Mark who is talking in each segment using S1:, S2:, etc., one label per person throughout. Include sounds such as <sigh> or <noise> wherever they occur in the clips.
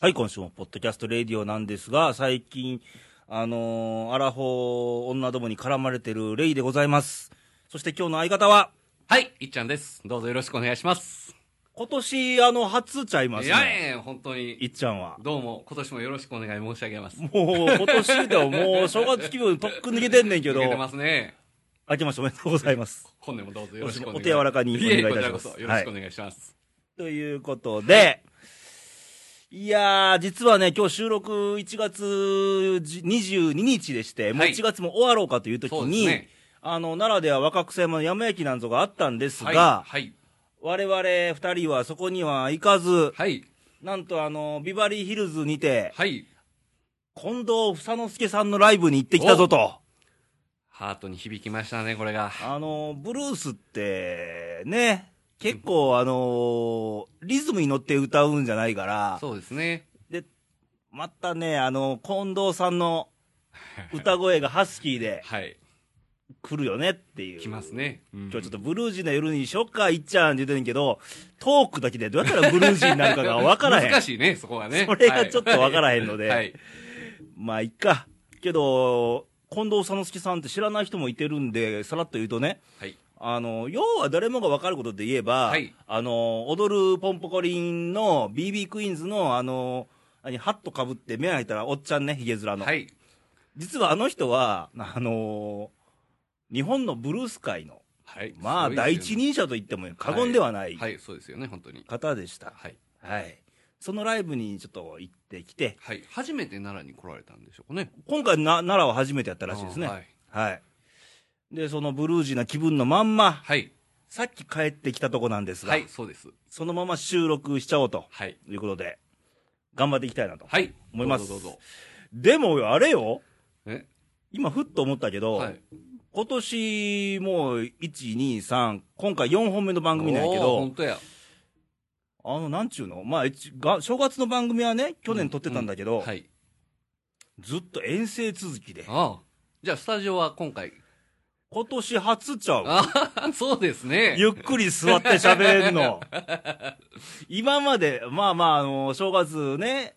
S1: はい、今週もポッドキャストレディオなんですが、最近、あのーアラフォー女どもに絡まれてるレイでございます。そして今日の相方は、
S2: はい、いっちゃんです。どうぞよろしくお願いします。
S1: 今年、あの、初ちゃいます
S2: いや
S1: ね。
S2: いや、本当
S1: い
S2: に、
S1: っちゃんは。
S2: どうも、今年もよろしくお願い申し上げます。
S1: もう、今年ではもう、正月気分とっくに抜けてんねんけど
S2: 受け、てますね。
S1: 明けましておめでとうございます。
S2: 本年もどうぞよろしくお願い
S1: お手柔らかにお願いいたします
S2: えこちらこそよろしくお願いします。
S1: ということで、いやー、実はね、今日収録1月22日でして、もう
S2: はい
S1: 1月も終わろうかという時
S2: そうで
S1: に、
S2: すね
S1: あの、奈良では若草山の山焼きなんぞがあったんですが、
S2: はい、はい、
S1: 我々二人はそこには行かず、
S2: はい、
S1: なんとあの、ビバリーヒルズにて、
S2: はい。
S1: 近藤房之助さんのライブに行ってきたぞと。
S2: ハートに響きましたね、これが。
S1: あの、ブルースって、ね、結構あの、リズムに乗って歌うんじゃないから、
S2: そうですね。
S1: で、またね、あの、近藤さん
S2: <laughs>
S1: の歌声がハスキーで
S2: はい、
S1: 来るよねっていう。
S2: 来ますね。今
S1: 今日ちょっとブルージーな夜にしよっか、いっちゃんって言ってんけど、トークだけでどうやったらブルージーになるかがわからへん。
S2: <laughs> 難しいね、そこはね。
S1: それがちょっとわからへんので
S2: はいはい。
S1: まあ、いっか。けど、近藤佐之助さんって知らない人もいてるんで、さらっと言うとね、
S2: はい。
S1: あの、要は誰もが分かることで言えば、
S2: はい
S1: あの、踊るポンポコリンの BB クイーンズの、あの、何ハットかぶって目開いたらおっちゃんね、ヒゲ面の。
S2: はい。
S1: 実はあの人は、あの日本のブルース界の、
S2: はい。
S1: まあ、
S2: すご
S1: 第
S2: いです
S1: 一
S2: よね
S1: 人者と言っても過言ではない
S2: はい、そうですよね、本当に。
S1: 方でした。
S2: はい。
S1: はい。そのライブにちょっと行ってきて、
S2: はい。初めて奈良に来られたんでしょうかね。
S1: 今回な、奈良は初めてやったらしいですね。
S2: あーはい。
S1: はい。で、そのブルージーな気分のまんま、
S2: はい。
S1: さっき帰ってきたとこなんですが、
S2: はい、そうです。
S1: そのまま収録しちゃおうと
S2: はい。
S1: いうことで、頑張っていきたいなと。
S2: はい。
S1: 思います
S2: どうぞどうぞ。
S1: でもよ、あれよ、
S2: え
S1: 今ふっと思ったけど、
S2: はい。
S1: 今年もう、1、2、3、今回4本目の番組なんやけ
S2: おー
S1: ど
S2: 本、当や。
S1: あの、なんちゅうのまあ、一が正月の番組はね、去年撮ってたんだけど、
S2: はい。
S1: ずっと遠征続きで、
S2: ああ。じゃあ、スタジオは今回。 <laughs>
S1: 今年初ちゃう。
S2: ああ、そうですね。
S1: ゆっくり座って喋れんの。 <laughs> 今まで、まあまあ、あの、正月ね、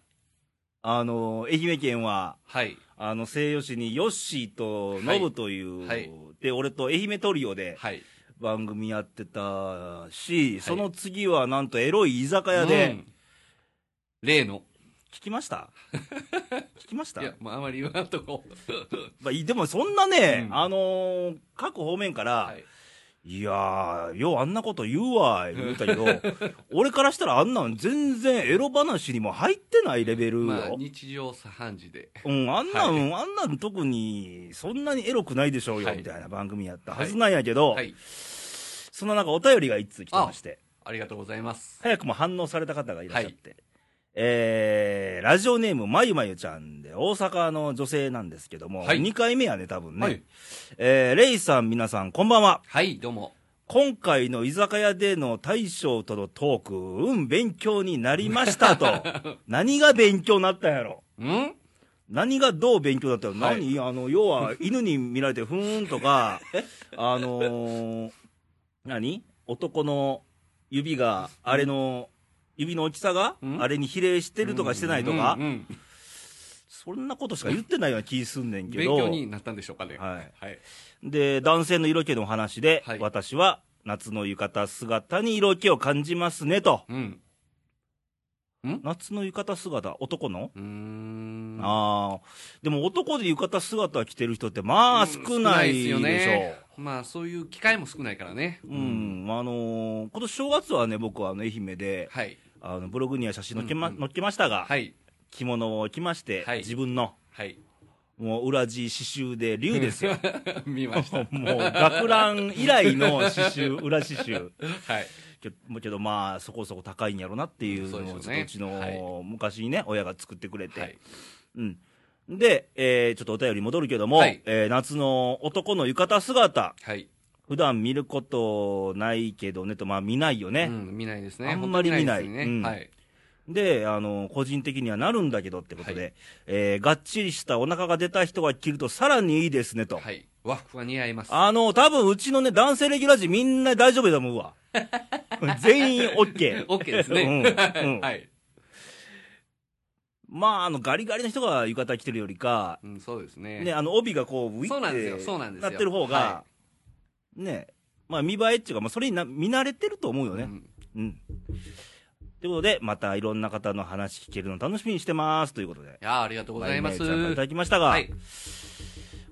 S1: あの、愛媛県は、
S2: はい。
S1: あの、西予市にヨッシーとノブという、
S2: はい
S1: で、俺と愛媛トリオで
S2: はい。
S1: 番組やってたし、その次はなんとエロい居酒屋
S2: う
S1: で、
S2: ん例の。
S1: 聞きました
S2: <laughs>
S1: 聞きました
S2: いや、まあ、あまり言わんとこ。
S1: まあいでもそんなね、
S2: うん
S1: あのー各方面から、
S2: はい。
S1: いやー、ようあんなこと言う
S2: <laughs>
S1: わ、言うたけど、俺からしたらあんなん全然エロ話にも入ってないレベルよ。
S2: まあ、日常茶飯事で。
S1: うん、あんなん、
S2: は
S1: あんなん特に、そんなにエロくないでしょうよ、
S2: はい
S1: みたいな番組やったはずなんやけど、
S2: はい。
S1: その中お便りが一通来てまして、
S2: ありがとうございます。
S1: 早くも反応された方がいらっしゃって、えー、ラジオネームまゆまゆちゃんで、大阪の女性なんですけども、
S2: はい
S1: 2回目やね、多分ね。
S2: はい。
S1: えー、レイさん、皆さん、こんばんは。
S2: はい、どうも。
S1: 今回の居酒屋での大将とのトーク、うん、勉強になりましたと。
S2: <laughs>
S1: 何が勉強になったんやろ
S2: ん
S1: 何がどう勉強だったの、
S2: はい
S1: 何あの、要は、犬に見られて、ふーんと
S2: <laughs>
S1: か、あのー何男の指が、あれの、指の大きさが、
S2: うん
S1: あれに比例してるとかしてないとか、
S2: うんうんうん
S1: そんなことしか言ってないような気すんねんけ
S2: 勉
S1: ど。
S2: 強になったんでしょうかね。
S1: はい。
S2: はい。
S1: で、男性の色気のお話で、
S2: はい
S1: 私は夏の浴衣姿に色気を感じますねと。
S2: うん。
S1: 夏の浴衣姿、男の、
S2: うーん。
S1: ああ。でも男で浴衣姿着てる人って、まあ少ないでしょう。
S2: 少ですよねまあそういう機会も少ないからね
S1: うん、あのー今年正月はね、僕はあの愛媛で、
S2: はい
S1: あのブログには写真載っけま,、
S2: うんうん
S1: 載っけましたが、
S2: はい
S1: 着物を着まして、
S2: はい
S1: 自分の、
S2: はい <laughs>
S1: もう裏地刺繍で竜ですよ。
S2: 見
S1: <laughs>
S2: ましたは
S1: もう学ラン以来の刺繍、裏刺
S2: <laughs>
S1: 繍。
S2: い
S1: けどけどまあそこそこ高いんやろなっていうのを
S2: そうでしょ
S1: ち
S2: う
S1: ょっと
S2: ね
S1: うちの、
S2: は
S1: 昔にね親が作ってくれて、
S2: はい
S1: うん、で、えーちょっとお便り戻るけども、
S2: はい
S1: えー夏の男の浴衣姿
S2: はい、
S1: 普段見ることないけどねとまあ見ないよ
S2: う
S1: ね、
S2: ん、見ないですね
S1: あんまり見ない
S2: 本当にですね
S1: うん
S2: はい
S1: であの個人的にはなるんだけどってことで、
S2: は
S1: えーがっちりしたお腹が出た人が着るとさらにいいですねと、
S2: はい和服は似合います
S1: あの多分うちのね男性レギュラー陣みんな大丈夫だと思う
S2: <laughs>
S1: わ全員 OK
S2: オッケーですね、
S1: うんうん
S2: はい
S1: まあ、あの、ガリガリの人が浴衣着てるよりか、
S2: うん、そうですね
S1: ね、あの、帯がこう、ウィ
S2: そうなんですよ
S1: ッ
S2: そう
S1: て
S2: なんです
S1: な
S2: よ
S1: ってる方が
S2: は、
S1: ね、まあ、見栄えっていうか、まあ、それにな見慣れてると思うよ
S2: う
S1: ね。
S2: ん
S1: うん。ということで、またいろんな方の話聞けるの楽しみにしてます。ということで。
S2: いやありがとうございます
S1: あいただきましたが、
S2: はい、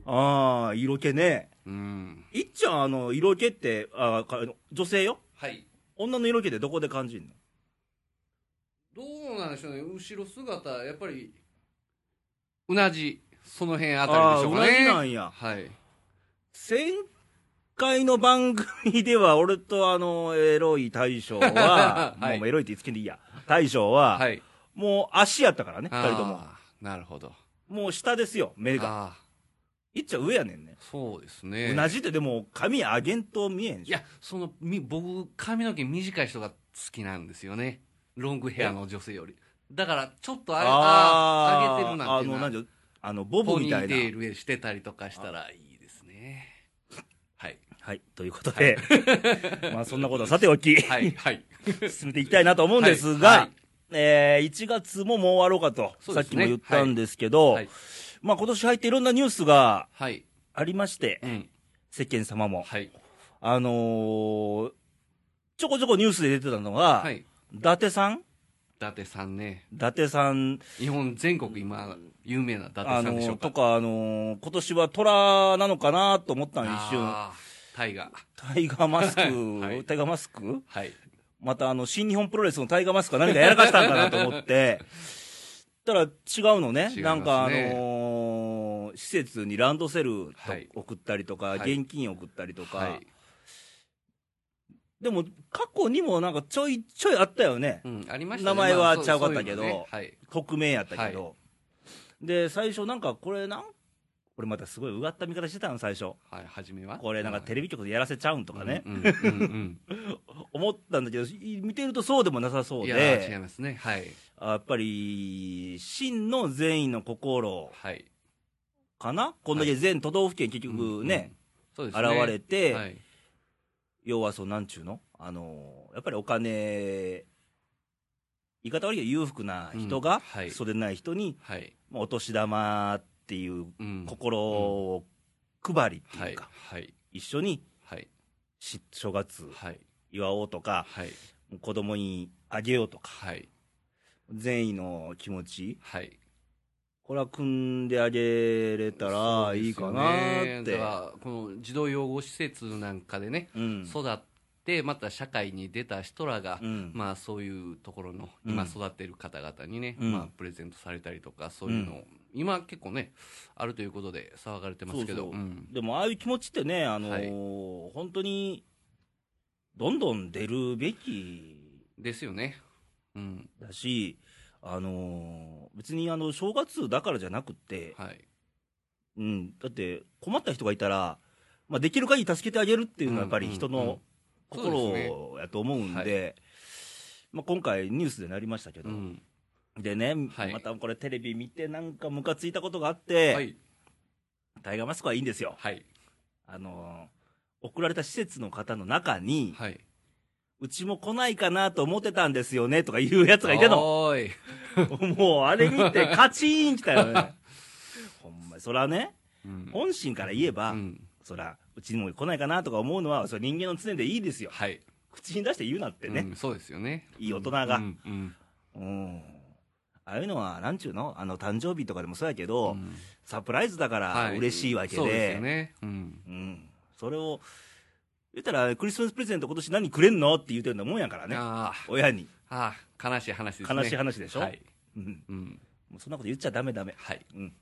S1: ああ、色気ね。
S2: うん
S1: いっちゃん、あの、色気って、あか女性よ。
S2: はい、
S1: 女の色気ってどこで感じるの
S2: どうなんでしょうね後ろ姿やっぱりうなじその辺あたりでしょうか
S1: あーうなじ
S2: ね
S1: なんや
S2: はい、
S1: 前回の番組では、俺とあの、エロい大将は
S2: <laughs> はい
S1: もうエロいって言いつけんでいいや。大将は、
S2: はい
S1: もう足やったからね、二人とも。
S2: あーなるほど
S1: もう下ですよ、目が。
S2: あ
S1: いっちゃん上やねんね
S2: ー。そうですね
S1: うなじってでも、髪上げんと見えん
S2: い
S1: じゃん。
S2: やそのみ僕髪の毛短い人が好きなんですよねロングヘアの女性よりだからちょっとあれ
S1: ー
S2: あ上げてるなん
S1: あ
S2: ていう
S1: の、
S2: の
S1: な
S2: は
S1: んじゃ、あの、ボ
S2: ポ
S1: ブ
S2: ニ
S1: みた
S2: ー
S1: い
S2: テ
S1: な。
S2: ールしてたりとかしたらいいですねはい
S1: はい、ということ
S2: <laughs>
S1: で、まあそんなことはさ <laughs> ておき、
S2: は
S1: <laughs>
S2: いはい
S1: 進めていきたいなと思うんですが、
S2: はいはい
S1: えー1月ももう終わろうかと、
S2: そう
S1: さ
S2: で
S1: っ
S2: す
S1: き
S2: ね
S1: も言ったんですけど、
S2: はい
S1: まあ今年入っていろんなニュースが
S2: はい
S1: ありまして、
S2: うん
S1: 世間様も。
S2: はい
S1: あのー、ちょこちょこニュースで出てたのが、
S2: はい伊
S1: 伊達さん
S2: 達さんね
S1: 伊達さん、
S2: 日本全国今有名な伊達
S1: あ
S2: さ
S1: の
S2: んでしょ
S1: ー
S2: うか
S1: とか、あのー今年は虎なのかなと思ったの一瞬。
S2: あータイガー
S1: タイガーマスク、
S2: <laughs> はい
S1: タイガーマスク
S2: はい
S1: またあの、新日本プロレスのタイガーマスクが何かやらかしたんかなと思って、たら違うのね。
S2: 違いますね
S1: なんかあのー施設にランドセルと
S2: はい
S1: 送ったりとか、
S2: はい
S1: 現金送ったりとか、
S2: はい
S1: でも過去にもなんかちょいちょいあったよね。
S2: うんありましたね
S1: 名前は
S2: まあそう
S1: ちゃうかったけど
S2: そういうのねはい
S1: 匿名やったけど。で、最初なんかこれなん、俺またすごいうがった見方してたの最初。
S2: はい初めは
S1: これなんかテレビ局でやらせちゃうんとかね、
S2: うんうんうん
S1: 思ったんだけど、い見てるとそうでもなさ
S2: う
S1: そ
S2: ん
S1: う
S2: いや違い
S1: で、
S2: ますねはい
S1: あやっぱり、真の善意の心
S2: はい
S1: かなこんだけ全都道府県結局ね、
S2: そうです
S1: 現
S2: ね
S1: れて、
S2: はい
S1: 要はそうなんちゅうのあのやっぱりお金言い方悪いけど裕福な人
S2: うん
S1: が、
S2: はい
S1: そうでない人に
S2: はい
S1: まあお年玉っていう
S2: うん
S1: 心を配りって
S2: はいいう
S1: か、
S2: はい
S1: 一緒に
S2: はい
S1: し正月
S2: はい
S1: 祝おうとか
S2: はい
S1: 子供にあげようとか
S2: はい
S1: 善意の気持ち
S2: はい
S1: これは組んであげれたらいいかな
S2: そう
S1: っ
S2: ですよね
S1: て
S2: だからこの児童養護施設なんかでね
S1: うん
S2: 育ってまた社会に出た人らが
S1: うん
S2: まあそういうところの
S1: うん
S2: 今育っている方々にね
S1: うん
S2: まあプレゼントされたりとかそういうのを今結構ねあるということで騒がれてますけ
S1: そ
S2: ど
S1: う
S2: う
S1: そうんでもああいう気持ちってね、あのー本当にどんどん出るべき
S2: ですよねうん
S1: だし、あのー別にあの正月だからじゃなくって、
S2: はい
S1: うん、だって困った人がいたら、まあ、できる限り助けてあげるっていうのはやっぱり人
S2: うんうんうん
S1: の
S2: そうですね
S1: 心やと思うんで、まあ、今回、ニュースでなりましたけど、
S2: うん
S1: でね、
S2: はい
S1: またこれ、テレビ見て、なんかムカついたことがあって、
S2: はい
S1: タイガーマスクはいいんですよ。
S2: はい
S1: あのー送られた施設の方の中に、
S2: はいう
S1: ちも来ないかなと思ってたんですよねとかいうやつがいての。
S2: おーい
S1: もうあれ見
S2: <laughs>
S1: てカチーンきたよね。ほんま、そらね、
S2: うん
S1: 本心から言えば、
S2: うん
S1: そら、うちにも来ないかなとか思うのは、それ人間の常でいいですよ。
S2: はい
S1: 口に出して言うなってね。
S2: うんそうですよね
S1: いい大人が
S2: うんうん
S1: うん。ああいうのは、なんちゅうのあの、誕生日とかでもそうやけ
S2: う
S1: ど、
S2: ん
S1: サプライズだから
S2: はい
S1: 嬉しいわけで。
S2: そうですよねうん
S1: うん。それを、言ったら、クリスマスプレゼント今年何くれんのって言うてるんだもんやからね。
S2: あ
S1: 親に。
S2: あああ悲しい話ですね
S1: 悲しい話でしょ、
S2: はい、
S1: うん。
S2: うん、
S1: もうそんなこと言っちゃダメダメ。
S2: はい
S1: うん。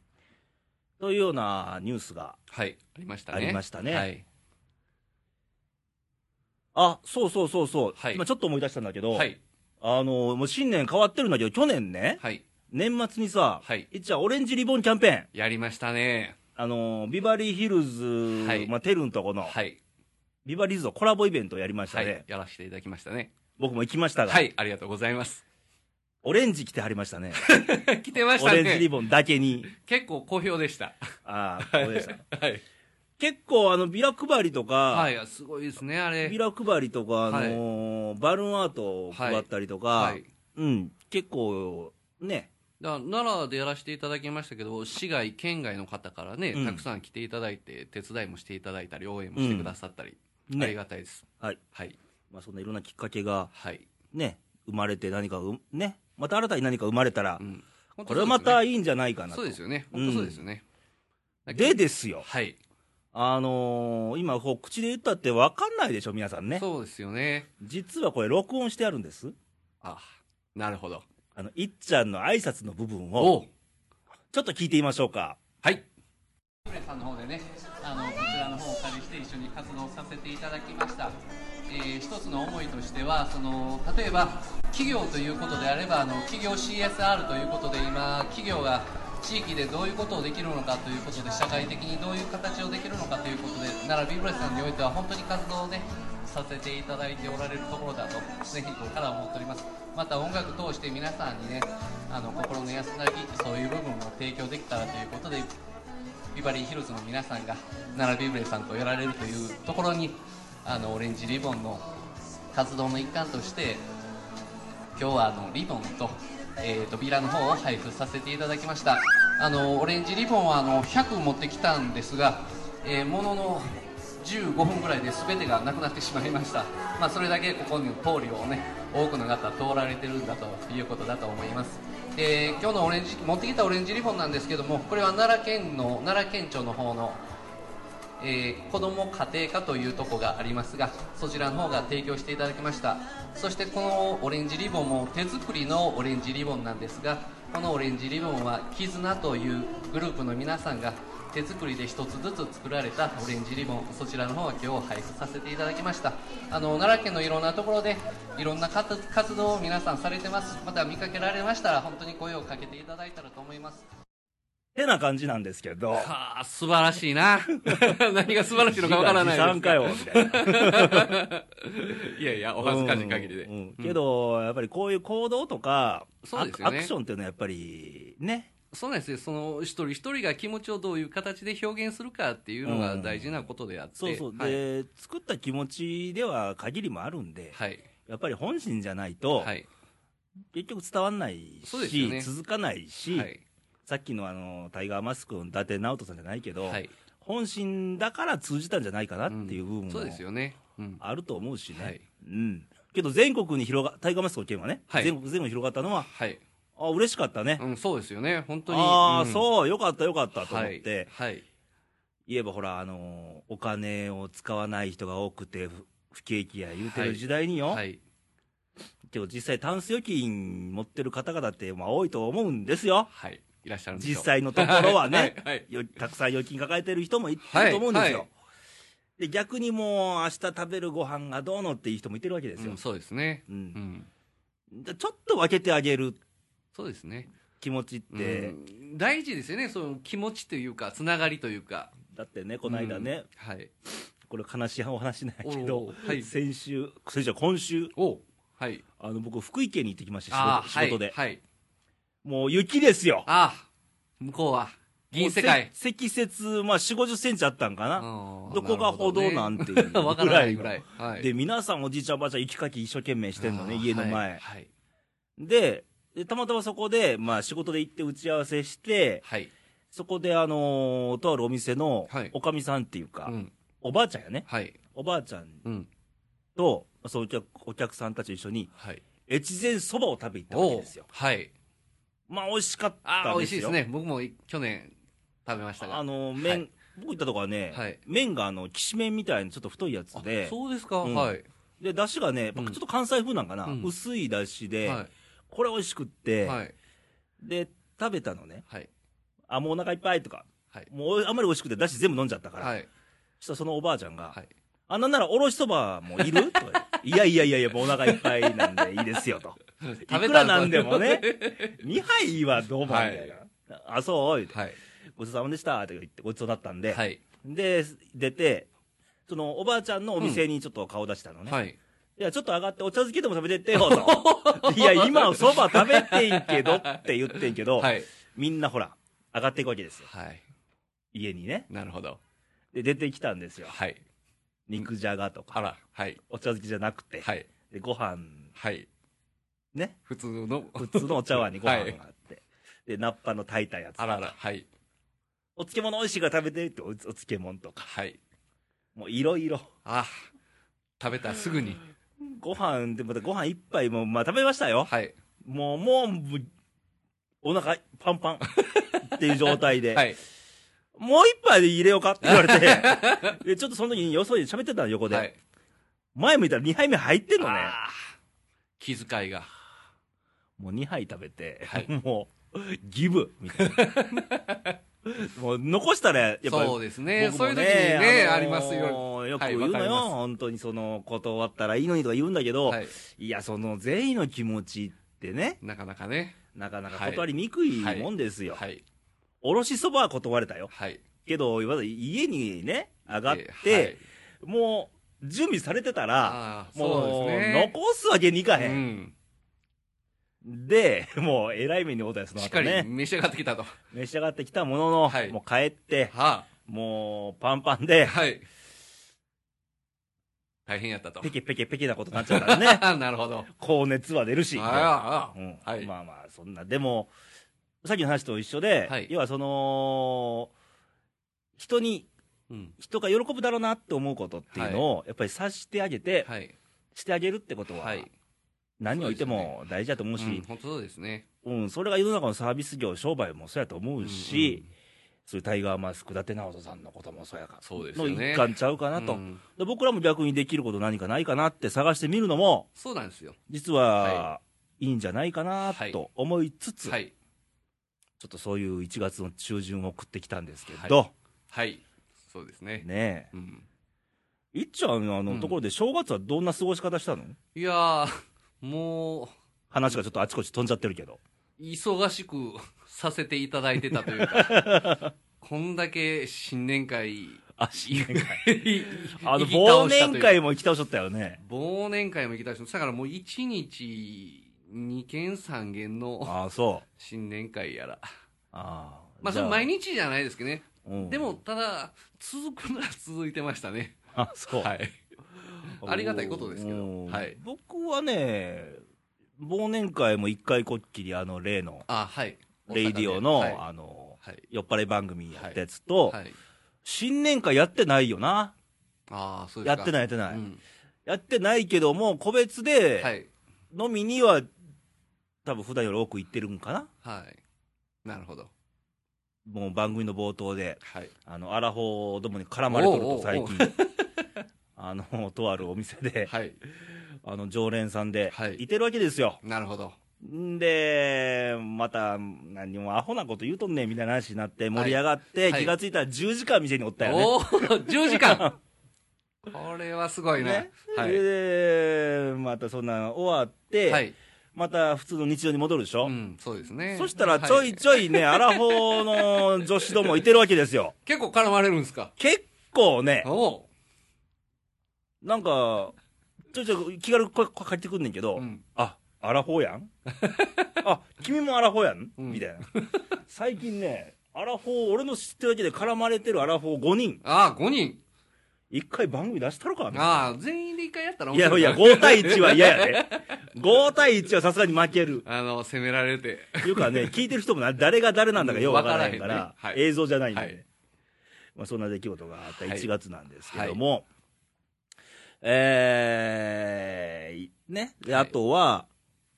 S1: というようなニュースが。
S2: はいありましたね
S1: ありましたね
S2: はい
S1: あ、そうそうそうそう。
S2: はい
S1: 今ちょっと思い出したんだけど、
S2: はい
S1: あの、もう新年変わってるんだけど、去年ね、
S2: はい
S1: 年末にさ、
S2: はい
S1: 一応オレンジリボンキャンペーン、
S2: やりましたね
S1: あの、ビバリーヒルズ、
S2: はい
S1: まあ、テルンとこの、
S2: はい
S1: ビバリーヒルズのコラボイベントをやりました
S2: は
S1: ね。
S2: いやらせていただきましたね
S1: 僕も行きましたが、
S2: はいありがとうございます <laughs>
S1: オレンジ着てはりましたね。
S2: 来てまし
S1: オ
S2: た
S1: レンジリ
S2: ね
S1: ボンだけに。
S2: 結構好評でした
S1: ああ、こうでした。
S2: はい、
S1: 結構、あの、ビラ配りとか、
S2: はい、すごいですねあれ
S1: ビラ配りとか、あのーバルーンアートを配ったりとか、
S2: はい
S1: うん、結構、ね、
S2: だから奈良でやらせていただきましたけど市外県外の方からね、
S1: うん
S2: たくさん来ていただいて手伝いもしていただいたり応援もしてくださったり、あり
S1: ね
S2: がたいです
S1: はい
S2: はい
S1: まあ、そんないろんなきっかけが、
S2: はい、
S1: ね、生まれて、何かう、ね、また新たに何か生まれたら
S2: う、ん、
S1: これはまた
S2: い
S1: いいんじゃないかなと。
S2: そうですよね
S1: うん
S2: 本当そうですよね、
S1: でですよ、
S2: はい、
S1: あのー今こう、口で言ったって分かんないでしょ、皆さんね、
S2: そうですよね
S1: 実はこれ、録音してあるんです、
S2: あなるほど
S1: あのいっちゃんの挨拶の部分
S2: お
S1: を
S2: う
S1: ちょっと聞いてみましょうか。
S2: はい
S3: プレさんの方でねあのこちらの方をお借りして一緒に活動させていただきました、えー一つの思いとしてはその例えば企業ということであればあの企業 CSR ということで今企業が地域でどういうことをできるのかということで社会的にどういう形をできるのかということで奈良ビブレさんにおいては本当に活動をねさせていただいておられるところだとぜひこれからも思っておりますまた音楽通して皆さんにねあの心の安らぎそういう部分を提供できたらということでビバリーヒルズの皆さんが奈良ビブレさんとやられるというところにあのオレンジリボンの活動の一環として今日はあのリボンと,、えー、扉の方を配布させていただきましたあのオレンジリボンはあの100持ってきたんですが、えーものの15分ぐらいで全てがなくなってしまいました、まあ、それだけここに通りをね多くの方通られてるんだということだと思いますで今日のオレンジ持ってきたオレンジリボンなんですけどもこれは奈良県の奈良県庁の方のえー子ども家庭科というとこがありますがそちらの方が提供していただきましたそしてこのオレンジリボンも手作りのオレンジリボンなんですがこのオレンジリボンは絆というグループの皆さんが手作りで一つずつ作られたオレンジリボンそちらの方は今日配布させていただきましたあの奈良県のいろんなところでいろんな活活動を皆さんされてますまた見かけられましたら本当に声をかけていただいたらと思います
S1: てな感じなんですけど、
S2: はあ素晴らしいな <laughs> 何が素晴らしいのかわからないです
S1: 3回をみたいな。
S2: いやいやお恥ずかしい限りで、
S1: うんうんけど、やっぱりこういう行動とか、
S2: そうです
S1: ア
S2: よね
S1: クアクションっていうのはやっぱりね、
S2: そうなんですよその一人一人が気持ちをどういう形で表現するかっていうのが大事なことであって、
S1: そうそう、
S2: はい、
S1: で、作った気持ちでは限りもあるんで、
S2: はい
S1: やっぱり本心じゃないと、
S2: はい
S1: 結局伝わんない
S2: そうですよ
S1: し、
S2: ね
S1: 続かないし、
S2: はい
S1: さっきのあのタイガーマスクの伊達直人さんじゃないけど、
S2: はい
S1: 本心だから通じたんじゃないかなっていう部分も
S2: そうですよね、うん、
S1: あると思うしね、
S2: はい
S1: うん、けど全国に広がタイガーマスクの件はね、
S2: はい
S1: 全国全国に広がったのは、
S2: はい、
S1: あ嬉しかったね、
S2: うん、そうですよね本当に
S1: ああ、
S2: ん
S1: そう、よかった、よかったと思って、
S2: はい、はい
S1: 言えばほら、あのーお金を使わない人が多くて、ふ不景気や言うてる時代によ、
S2: はい
S1: けど実際、タンス預金持ってる方々って、まあ、多いと思うんですよ、
S2: はい、いらっしゃるんでしょう
S1: 実際のところはね
S2: <laughs> 、はいはい
S1: よたくさん預金抱えてる人もいると思うんですよ。
S2: はい
S1: で逆にもう、明日食べるご飯がどうのっていう人もいてるわけですよ
S2: うん、、そうですね
S1: うん
S2: うん
S1: でちょっと分けてあげる
S2: そうですね、
S1: 気持ちって、
S2: うん大事ですよねその気持ちというかつながりというか
S1: だってね、この間ね、
S2: うんはい
S1: これ、悲しいお話なんやけど、
S2: おうはい
S1: 先週、先週、今週、
S2: おはい
S1: あの僕、福井県に行ってきました
S2: あ、
S1: 仕
S2: ー
S1: 事仕事で、
S2: はい、はい、
S1: もう雪ですよ、
S2: ああ向こうは銀世界
S1: もうせ積雪、まあ、4 50センチあったんかな、どこが歩道なんんていうぐ
S2: <laughs> わから
S1: ら
S2: ないい
S1: の
S2: ぐらい。はい
S1: で、皆さん、おじいちゃん、おばあちゃん、雪かき一生懸命してんのね、
S2: あー
S1: 家の
S2: は
S1: 前、
S2: いはい。
S1: ででたまたまそこで、まあ、仕事で行って打ち合わせして、
S2: はい。
S1: そこで、あのーとあるお店の
S2: はい
S1: おかみさんっていうか、
S2: うん。
S1: おばあちゃんやね、
S2: はい。
S1: おばあちゃん
S2: うん。
S1: と、そのお客お客さんたちと一緒に、
S2: はい。
S1: 越前そばを食べに行ったわけですよ
S2: お。はい。
S1: まあ、美味しかったんです
S2: あ
S1: よ。
S2: あ、美味しいですね。僕もい去年食べましたが。
S1: あの麺、
S2: はい
S1: 僕行ったとこはね、
S2: はい
S1: 麺があのきしめんみたいなちょっと太いやつで、
S2: そうですか。
S1: うん
S2: はい。
S1: で出汁がね、やっぱ
S2: うん
S1: ちょっと関西風なんかな、
S2: うん
S1: 薄い出汁で、
S2: は
S1: これ美味しくっ
S2: い。
S1: て、
S2: はい。
S1: で食べたのね、
S2: はい。
S1: あもうお腹いっぱいとか、
S2: はい。
S1: もうあんまり美味しくて、出汁全部飲んじゃったから、
S2: はい。
S1: そしたらそのおばあちゃんが、
S2: はい。
S1: あなんならおろしそばもいるとか言
S2: <laughs>
S1: ういやいやいやいや、もうお腹いっぱいなんでいいですよと、いくらなんでもね、2杯はどうもみたいな、あそう、言うて
S2: <laughs> はい。
S1: ごちそうさまでしたって言って、ごちそうだったんで。
S2: はい。
S1: で、出て、そのおばあちゃんのお店にちょっと顔出したのね。い、
S2: はい。
S1: や、ちょっと上がってお茶漬けでも食べてってよ
S2: <laughs>
S1: と。いや、今はそば食べてんけどって言ってんけど、
S2: はい。
S1: みんなほら、上がっていくわけですよ。
S2: はい。
S1: 家にね。
S2: なるほど。
S1: で、出てきたんですよ。
S2: はい。
S1: 肉じゃがと
S2: あ
S1: か、
S2: ら。はい。
S1: お茶漬けじゃなくて、
S2: はい。
S1: でご飯、
S2: はい。
S1: ね、
S2: 普通の。 <laughs>
S1: 普通のお茶碗にご飯があって。で、ナッパの炊いたやつ。
S2: あらら、はい。
S1: お漬物美味しいから食べてって、おお漬物とか。
S2: はい。
S1: もういろいろ。
S2: あ食べた、すぐに。
S1: ご飯、で、またご飯一杯も、まあ食べましたよ。
S2: はい。
S1: もう、もうもう、お腹パンパンっていう状態
S2: <laughs>
S1: で。
S2: はい。
S1: もう一杯で入れようかって言われ
S2: <laughs>
S1: て。で、ちょっとその時によそで喋ってたの、横で。
S2: はい。
S1: 前向いたら2杯目入ってんのね。
S2: あー気遣いが。
S1: もう2杯食べて、
S2: はい
S1: もう、ギブ、みたいな。
S2: <laughs>
S1: もう残したら、やっぱり。
S2: そうですね。
S1: 僕
S2: そういう
S1: も
S2: 時にね、
S1: のー
S2: ありますよ。
S1: よく
S2: はい
S1: 言うの
S2: わかり
S1: よ、
S2: ます
S1: 本当にその、断ったらいいのにとか言うんだけど、、
S2: はいい。
S1: や、その善意の気持ちってね、
S2: なかなかね。
S1: なかなか
S2: はい
S1: 断りにくいもんですよ。
S2: はい。
S1: おろしそばは断れたよ。
S2: はい。
S1: けど、わざわざ家にね、上がって、
S2: えーはい
S1: もう、準備されてたら、
S2: あー
S1: も
S2: そう
S1: う、
S2: ですね。
S1: 残すわけにいか
S2: う
S1: へん。
S2: ん。
S1: で、もう、えらい目に遭うたよ、その
S2: しっか
S1: 後
S2: り
S1: ね。
S2: 召し上がって
S1: <laughs>
S2: きたと。
S1: 召し上がってきたものの、
S2: はい
S1: もう帰って、
S2: は
S1: もう、パンパン
S2: あ。
S1: で、
S2: はい。大変やったと。
S1: ペケペケペケなことになっちゃうから
S2: <laughs>
S1: ね。
S2: あなるほど。
S1: 高熱は出るし。
S2: ああ、
S1: うん
S2: ああはい。
S1: まあまあ、そんな、でも、さっきの話と一緒で、
S2: はい
S1: 要はその、人に、
S2: うん
S1: 人が喜ぶだろうなって思うことっていうのを、やっぱり察してあげて、
S2: はい。
S1: してあげるってことは、
S2: はい。
S1: 何においても大事だと思うし、
S2: うん本当そうですね。
S1: うん、それが世の中のサービス業、商売もそうやと思うし、
S2: うんうん
S1: そういうタイガーマスク、伊達直人さんのこともそうやから、
S2: そうですよ
S1: の
S2: ね
S1: 一環ちゃうかなと、
S2: うん
S1: で僕らも逆にできること何かないかなって探してみるのも、
S2: そうなんですよ。
S1: 実は、、
S2: はい
S1: いんじゃないかな
S2: はい
S1: と思いつつ、
S2: はい。
S1: ちょっとそういう1月の中旬を送ってきたんですけど、
S2: ははい。そうですね。
S1: ね
S2: うん。
S1: え、いっちゃん、あの、
S2: うん
S1: ところで正月はどんな過ごし方したの
S2: いやー、もう、
S1: 話がちょっとあちこち飛んじゃってるけど。
S2: 忙しくさせていただいてたというか、
S1: <laughs>
S2: こんだけ新年会、
S1: あ、新年会。あ
S2: あ
S1: の、忘年会も行き倒しとったよね。
S2: 忘年会も行きたいし、だからもう1日2件3件の
S1: ああ、そう。
S2: 新年会やら。
S1: ああ。
S2: まあ、
S1: じ
S2: そ
S1: ゃ
S2: れ毎日じゃないですけどね。
S1: うん
S2: でも、ただ、続くのは続いてましたね。
S1: あそう。
S2: はい。 <laughs> ありがたいことですけど
S1: うん
S2: はい
S1: 僕はね、忘年会も一回こっきり、あの、例の、
S2: あ、はい。
S1: レイディオの、
S2: はい。は
S1: あの、
S2: い。
S1: 酔っ払い番組やったやつと、
S2: はい、
S1: 新年会やってないよな。
S2: ああ、そうです
S1: や
S2: か。
S1: ってない、やってない。
S2: うん
S1: やってないけども、個別
S2: は
S1: で、
S2: い。
S1: 飲みには、多分普段より多く行ってるんかな。
S2: はい。なるほど。
S1: もう番組の冒頭で、
S2: はい。
S1: あの、アラフォーどもに絡まれとる
S2: おうおうお
S1: と
S2: う、
S1: 最
S2: <laughs>
S1: 近。あの、とあるお店で、
S2: はい。
S1: あの、常連さんで
S2: は、い
S1: いてるわけですよ。
S2: なるほど。
S1: んで、また、何もアホなこと言うとんねんみたいな話になって、盛り上がって、
S2: はい
S1: 気がついたら10時間店におったよね。
S2: おおー10時間これはすごいな。
S1: ね
S2: はい。
S1: で、またそんな終わって、
S2: はい。
S1: また普通の日常に戻るでしょ、
S2: うん、そうですね。
S1: そしたらちょい
S2: は
S1: ちょい
S2: <laughs>
S1: ね、アラフォーの女子どもいてるわけですよ。
S2: 結構絡まれるんですか
S1: 結構ね
S2: お、お
S1: なんか、ちょいちょい気軽にここ帰ってくんねんけど、
S2: ー。うん。
S1: あ、アラフォーや
S2: <laughs>
S1: んあ、君もアラフォーやん、
S2: うん
S1: みたいな。最近ね、アラフォー、俺の知ってるだけで絡まれてるアラフォー5人、
S2: ああ、5人。
S1: 一回番組出したろかみたいな
S2: ああ、全員で一回やったら
S1: いやいや、
S2: や、
S1: 5対1は嫌やで。5対1はさすがに負ける。
S2: あの、攻められて。
S1: いうかね、聞いてる人もな誰が誰なんだかようわからへんか
S2: わからへん
S1: ら
S2: ね、はい
S1: 映像じゃないんで、
S2: はい
S1: まあ、そんな出来事があった
S2: はい
S1: 1月なんですけども、えー、ね、で
S2: はい
S1: あとは、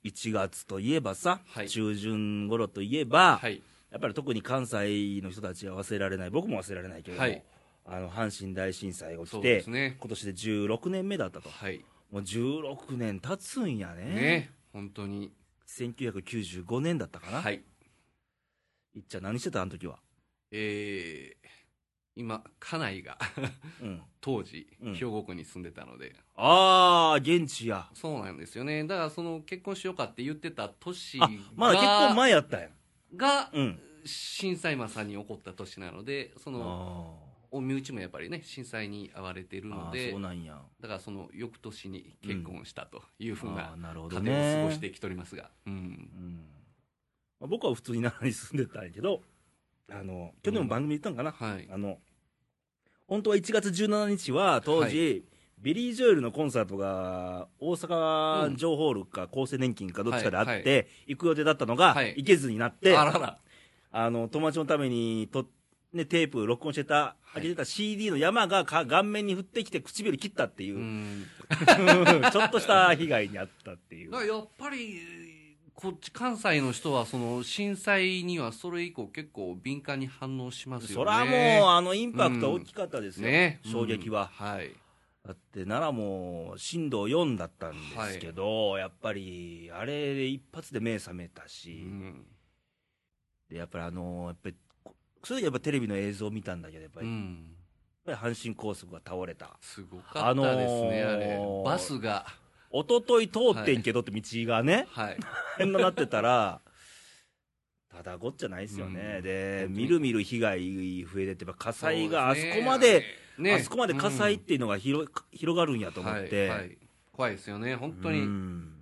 S1: 1月といえばさ、
S2: はい
S1: 中旬頃といえば、
S2: はい。
S1: やっぱり特に関西の人たちは忘れられない、僕も忘れられないけれども、
S2: はい
S1: あの阪神大震災が起
S2: そ
S1: き
S2: う
S1: て、
S2: ですね。
S1: 今年で16年目だったと、
S2: はい。
S1: もう16年経つんやね、
S2: ね。本当に。
S1: 1995年だったかな、、
S2: はいい。
S1: っちゃん、何してた、あの時は。
S2: えー、今、家内が <laughs>
S1: うん、
S2: 当時、
S1: うん
S2: 兵庫区に住んでたので、
S1: あー、現地や、
S2: そうなんですよね。だから、その、結婚しようかって言ってた年が
S1: あ、まだ結婚前やったんやん、
S2: が、
S1: うん、
S2: 震災まさに起こった年なので、その、
S1: あ
S2: お身内もやっぱりね、震災に遭われてる
S1: ー
S2: の
S1: あ
S2: で、
S1: ー、そうなんや、
S2: だからその翌年に結婚したというふう
S1: あ
S2: な
S1: ーなるほ
S2: 家
S1: ど
S2: 庭を過
S1: ね
S2: ごしてきておりますが、うん
S1: うんまあ、僕は普通に奈良に住んでたんやけど、あの去年も番組行ったんかな、
S2: はい、
S1: あの、本当は1月17日は当時、ビリー・ジョエルのコンサートが、大阪城ホールか厚生年金かどっちかであって、
S2: はいは
S1: 行く予定だったのが、
S2: はい
S1: 行けずになって、
S2: あらら。
S1: あの、友達のためにと、ね、テープ、録音してた、
S2: い
S1: 開けてた CD の山がか顔面に降ってきて唇切ったっていうう、
S2: ん。
S1: <laughs> ちょっとした被害にあったってい
S2: <laughs> だ
S1: う
S2: か。らやっぱり、こっち関西の人は、その震災にはそれ以降結構敏感に反応します
S1: そ
S2: よ
S1: らもう、
S2: ね。
S1: あの、インパクトは大きかったですよ。
S2: ね。
S1: 衝撃は。
S2: うんはい。
S1: だって、奈良も震度4だったんですけど、やっぱり、あれで一発で目覚めた
S2: う
S1: し、
S2: ん。
S1: で、やっぱりあの、やっぱり、こそれでやっぱテレビの映像を見たんだけど、やっぱ
S2: う
S1: り、やっ
S2: ん。
S1: ぱり阪神高速が倒れた。
S2: すごかったですね、あ
S1: あの
S2: れ
S1: ー。
S2: バスが。
S1: 一昨日通ってんけどって道がね、
S2: はい。
S1: 変ななってたら、ただごっちゃないですよね。
S2: うん
S1: で
S2: 本、当に
S1: みるみる被害増えてて、やっぱ火災があ
S2: う
S1: そ
S2: すね
S1: こまで、、
S2: れね
S1: あそこまで火災っ
S2: うん
S1: ていうのが広,、広がるんやと思って、
S2: はいはい怖いですよね、本当
S1: う
S2: に。
S1: ん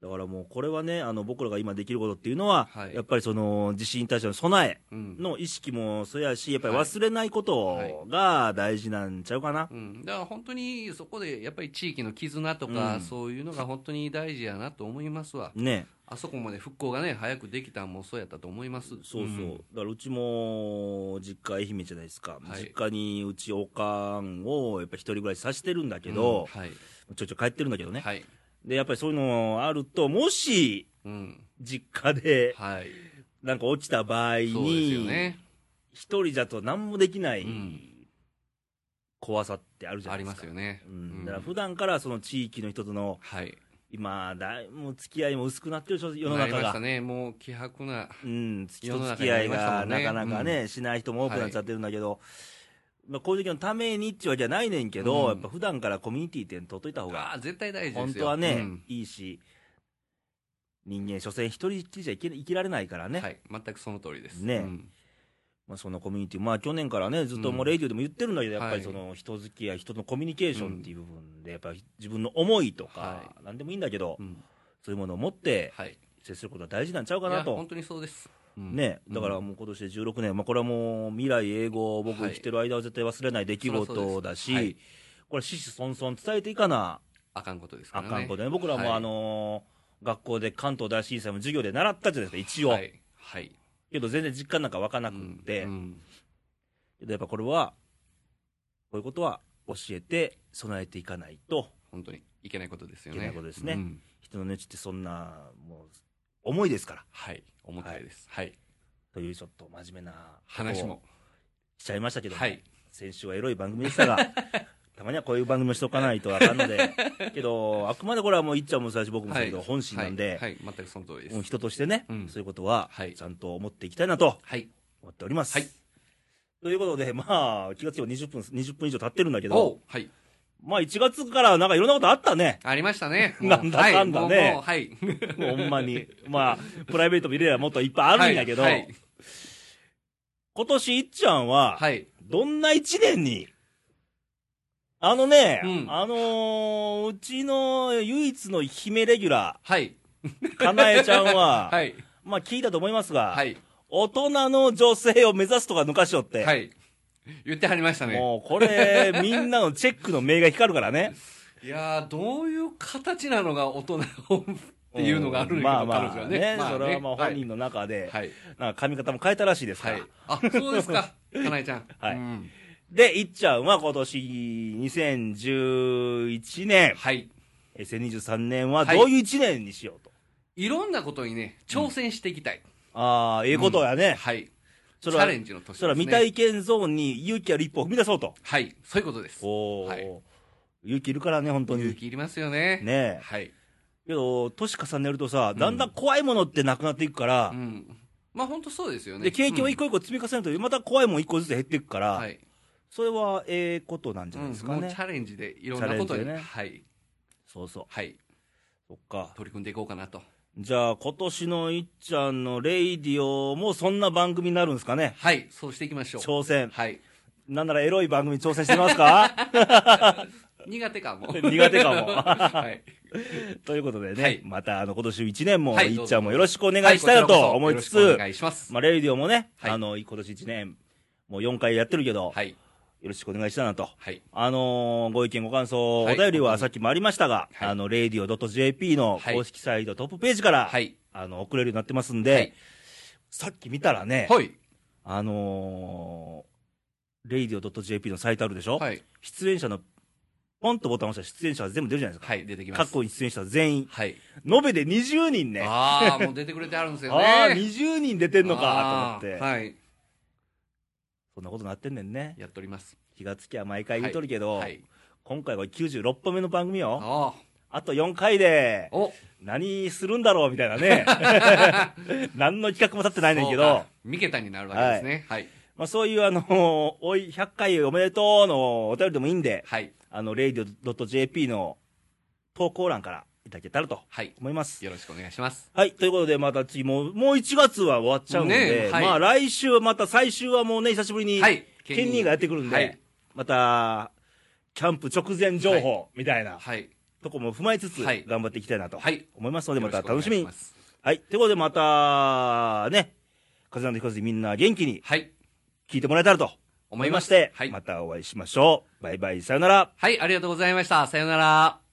S1: だからもうこれはねあの僕らが今できることっていうのは、
S2: はい
S1: やっぱりその地震に対しての備え
S2: うん
S1: の意識もそうやしやっぱり
S2: はい
S1: 忘れないことが大事なんちゃうかな、
S2: うん、だから本当にそこでやっぱり地域の絆とか、
S1: うん
S2: そういうのが本当に大事やなと思いますわ、
S1: ね
S2: あそこまで復興がね、早くできたんもそうやったと思います。
S1: そうそう、
S2: ん
S1: だからうちも実家愛媛じゃないですか、
S2: はい
S1: 実家にうちおかんをやっぱ一人暮らしさせてるんだけど、
S2: うんはい、
S1: ちょいちょい帰ってるんだけどね、
S2: はい、
S1: でやっぱりそういうのあるともし
S2: うん、
S1: 実家で
S2: はい、
S1: なんか落ちた場合
S2: そうですよ
S1: に、
S2: ね、
S1: 一人じゃと何もできない
S2: うん
S1: 怖さってあるじゃ
S2: あ
S1: ない
S2: り
S1: で
S2: ます
S1: か。
S2: すよね、
S1: う
S2: うん
S1: ん、だから普段からその地域の人との、
S2: はい、
S1: 今、だいもう付き合いも薄くなってるでしょ、世の
S2: なり
S1: 中
S2: まし
S1: が。
S2: たね、もう希薄な、
S1: うん、
S2: 世
S1: 人
S2: の
S1: 付
S2: 中
S1: き合いが
S2: にな
S1: な
S2: りましたも
S1: か
S2: んね
S1: なかね、しない人も多くなっちゃってるんだけど、まあ、こういう時のためにっていうわけじゃないねんけど、
S2: うん
S1: やっぱ普段からコミュニティって取っといた方
S2: あ
S1: が、
S2: ー絶対大事で
S1: 本
S2: すよ
S1: 当はね、
S2: うん
S1: いいし、人間、所詮一人きりじゃ生き生きられないからね。
S2: はい、全くその通りです。
S1: ね
S2: うん
S1: まあ、そのコミュニティ、まあ去年からね、ずっともう
S2: うん
S1: レイディオでも言ってるんだけど、やっぱり
S2: はい
S1: その人付き合い、人とのコミュニケーションっていう部分で、やっぱり自分の思いとか
S2: は、
S1: なんでもいいんだけど、
S2: うん
S1: そういうものを持って
S2: はい、
S1: 接することは大事なんちゃうか
S2: い
S1: な
S2: や
S1: と
S2: 本。当にそうです、うん
S1: ね、だから
S2: うん
S1: もう今年で16年、まあ、これはもう未来英語、僕
S2: は
S1: 生
S2: い
S1: きてる間は絶対忘れない出来
S2: そりゃそう
S1: 事
S2: で
S1: だ
S2: すはい
S1: し、これ、獅子孫々伝えていかな
S2: あかんことですか
S1: あ
S2: らね。
S1: かんことね、僕らもあのー学校で関東大震災も授業で習ったじゃないですか、一応
S2: は。い、はい、
S1: けど全然実感なんか湧かなくって。
S2: うんうん
S1: でやっぱこれは、こういうことは教えて備えていかないと、
S2: 本当にいけないことですよ
S1: い
S2: ね。
S1: けないことですね
S2: うん
S1: 人の命ってそんな、もう、重いですから。
S2: はい、重たいです。はい、
S1: というちょっと真面目な
S2: 話
S1: ことを
S2: も。
S1: しちゃいましたけど、
S2: はい、
S1: 先週はエロい番組でした
S2: <laughs>
S1: が、たまにはこういう番組をしとかないとあかんので、けど、あくまでこれはもういっちゃんも最初僕もそうだけど、
S2: はい
S1: 本心なんで、
S2: はい、はい全くその通りで
S1: もう
S2: す。
S1: 人としてね、
S2: うん
S1: そういうことは
S2: はい
S1: ちゃんと思っていきたいなと
S2: はい、
S1: 思っております。
S2: はい
S1: ということで、まあ、気がつけば20分、20分以上経ってるんだけ
S2: お
S1: ど、
S2: うはい、
S1: まあ1月からなんかいろんなことあった
S2: <laughs>
S1: ね。
S2: ありました
S1: <laughs>
S2: ね。もう
S1: なんだかんだね
S2: はいもうもう
S1: も
S2: はい、
S1: うほんまに。まあ、プライベートも入れればもっといっぱいあるんやけど、
S2: はい、はい
S1: 今年いっちゃんは、
S2: はい
S1: どんな一年に、あのね、
S2: うん
S1: あのーうちの唯一の姫レギュラ
S2: はい、
S1: ー、かなえちゃんは、
S2: <laughs> はい、
S1: まあ聞いたと思いますが、
S2: はい、
S1: 大人の女性を目指すとか抜かしよって、
S2: はい、言ってはりましたね。
S1: もうこれ、みんなのチェックの名が光るからね。
S2: いやー、どういう形なのが大人を <laughs> っていうのがあるんや
S1: まあ
S2: けど、
S1: ま
S2: 彼
S1: あ
S2: 女は
S1: ね
S2: ね。
S1: それはまあ
S2: はい
S1: 本人の中で、
S2: はい、
S1: なんか髪型も変えたらしいですか
S2: は
S1: ら。
S2: い。あ、そうですか、かなえちゃん。
S1: はい
S2: うん
S1: で、いっちゃんは今年2011年、
S2: はい。
S1: 2023年は
S2: はい
S1: どういう1年にしようと。
S2: いろんなことにね、挑戦していきたい。
S1: ああ、ええことやね。
S2: はい。チ
S1: それは
S2: ャレンジの年です、ね。
S1: それは未体験ゾーンに勇気ある一歩を踏み出そうと。
S2: はい。そういうことです。
S1: おー
S2: はい
S1: 勇気いるからね、本当
S2: 勇
S1: に。
S2: 気いりますよね。
S1: ねえ。
S2: はい。
S1: けど、年重ねるとさ、だんだん怖いものってなくなっていくから
S2: う、ん。まあ本当そうですよね。
S1: で、経験を一
S2: 個、
S1: 個一個積み重ねると、また怖いもん一個ずつ減っていくから、
S2: はい。
S1: それはええことなんじ
S2: う
S1: ゃ
S2: ん
S1: ないですか
S2: もう
S1: ね
S2: チ。ャレンジでいろんなこと
S1: チャレ
S2: に、
S1: ンジでね
S2: はい。
S1: そうそう。
S2: はい。
S1: そっか。
S2: 取り組んでいこうかなと。
S1: じゃあ、今年のいっちゃんのレイディオもそんな番組になるんですかね
S2: はい。そうしていきましょう。
S1: 挑戦。
S2: はい。
S1: なんならエロい番組に挑戦してますか
S2: 苦手かも。
S1: 苦手かも。
S2: <laughs> はい。
S1: ということでね、
S2: はい
S1: またあの今年1年も
S2: はい
S1: いっちゃんもよろしくお願いしたいなと思いつつ、
S2: はこちらこそよろしくお願いします。
S1: まあ、レイディオもね、
S2: はい
S1: あの今年1年、もう4回やってるけど、
S2: はい。
S1: よろしくお願いしたいなと。
S2: はい。
S1: あのーご意見、ご感想、
S2: はい
S1: お便りはさっきもありましたが、
S2: はい
S1: あの、radio.jp の
S2: はい
S1: 公式サイトトップページから、
S2: はい。
S1: あの、送れるようになってますんで、
S2: はい
S1: さっき見たらね、
S2: はい。
S1: あのー、radio.jp のサイトあるでしょ、
S2: はい。
S1: 出演者の、ポンとボタン押したら出演者が全部出るじゃないですか。
S2: はい。出てきま
S1: 過
S2: す。
S1: 去に出演者全員。
S2: はい。
S1: 延べで20人ね。あ
S2: ああ、もう出てくれてあるんですよ
S1: <laughs>
S2: ね。
S1: あー、
S2: 見
S1: 20人出てんのかと思って、
S2: はい。
S1: そんなことなってんねんね。
S2: やっております。
S1: 気がつきは毎回言うとるけど、
S2: はい。
S1: 今回は96本目の番組よ。
S2: ああ。
S1: あと4回で、
S2: お。
S1: 何するんだろうみたいな
S2: <laughs>
S1: ね。何の企画も立ってないねんけ
S2: そう
S1: ど
S2: か。。三桁になるわけですね。はい。
S1: まあ、そういう、あの、おい、100回おめでとうのお便りでもいいんで、
S2: はい。
S1: あの、radio.jp の投稿欄からいただけたらと
S2: はい。
S1: 思います。
S2: よろしくお願いします。
S1: はい、ということで、また次、もう、もう1月は終わっちゃうんで、
S2: ねはい
S1: まあ、来週はまた、最終はもうね、久しぶりに、
S2: はい。
S1: ケンニーがやってくるんで、
S2: はい
S1: また、キャンプ直前情報みたいな
S2: はい。
S1: とこも踏まえつつ、
S2: はい
S1: 頑張っていきたいなと
S2: はい。
S1: 思いますので、また楽しみ
S2: よ
S1: に
S2: ろくお願います
S1: はい。ということで、また、ね、風邪のひかずみんな元気に
S2: はい。
S1: 聞いてもらえたらと
S2: 思
S1: 思
S2: い
S1: い
S2: ま
S1: ま
S2: し
S1: してて、
S2: はい。
S1: またお会いしましょう。バイバイ、さよなら。
S2: はい。ありがとうございました。さようなら。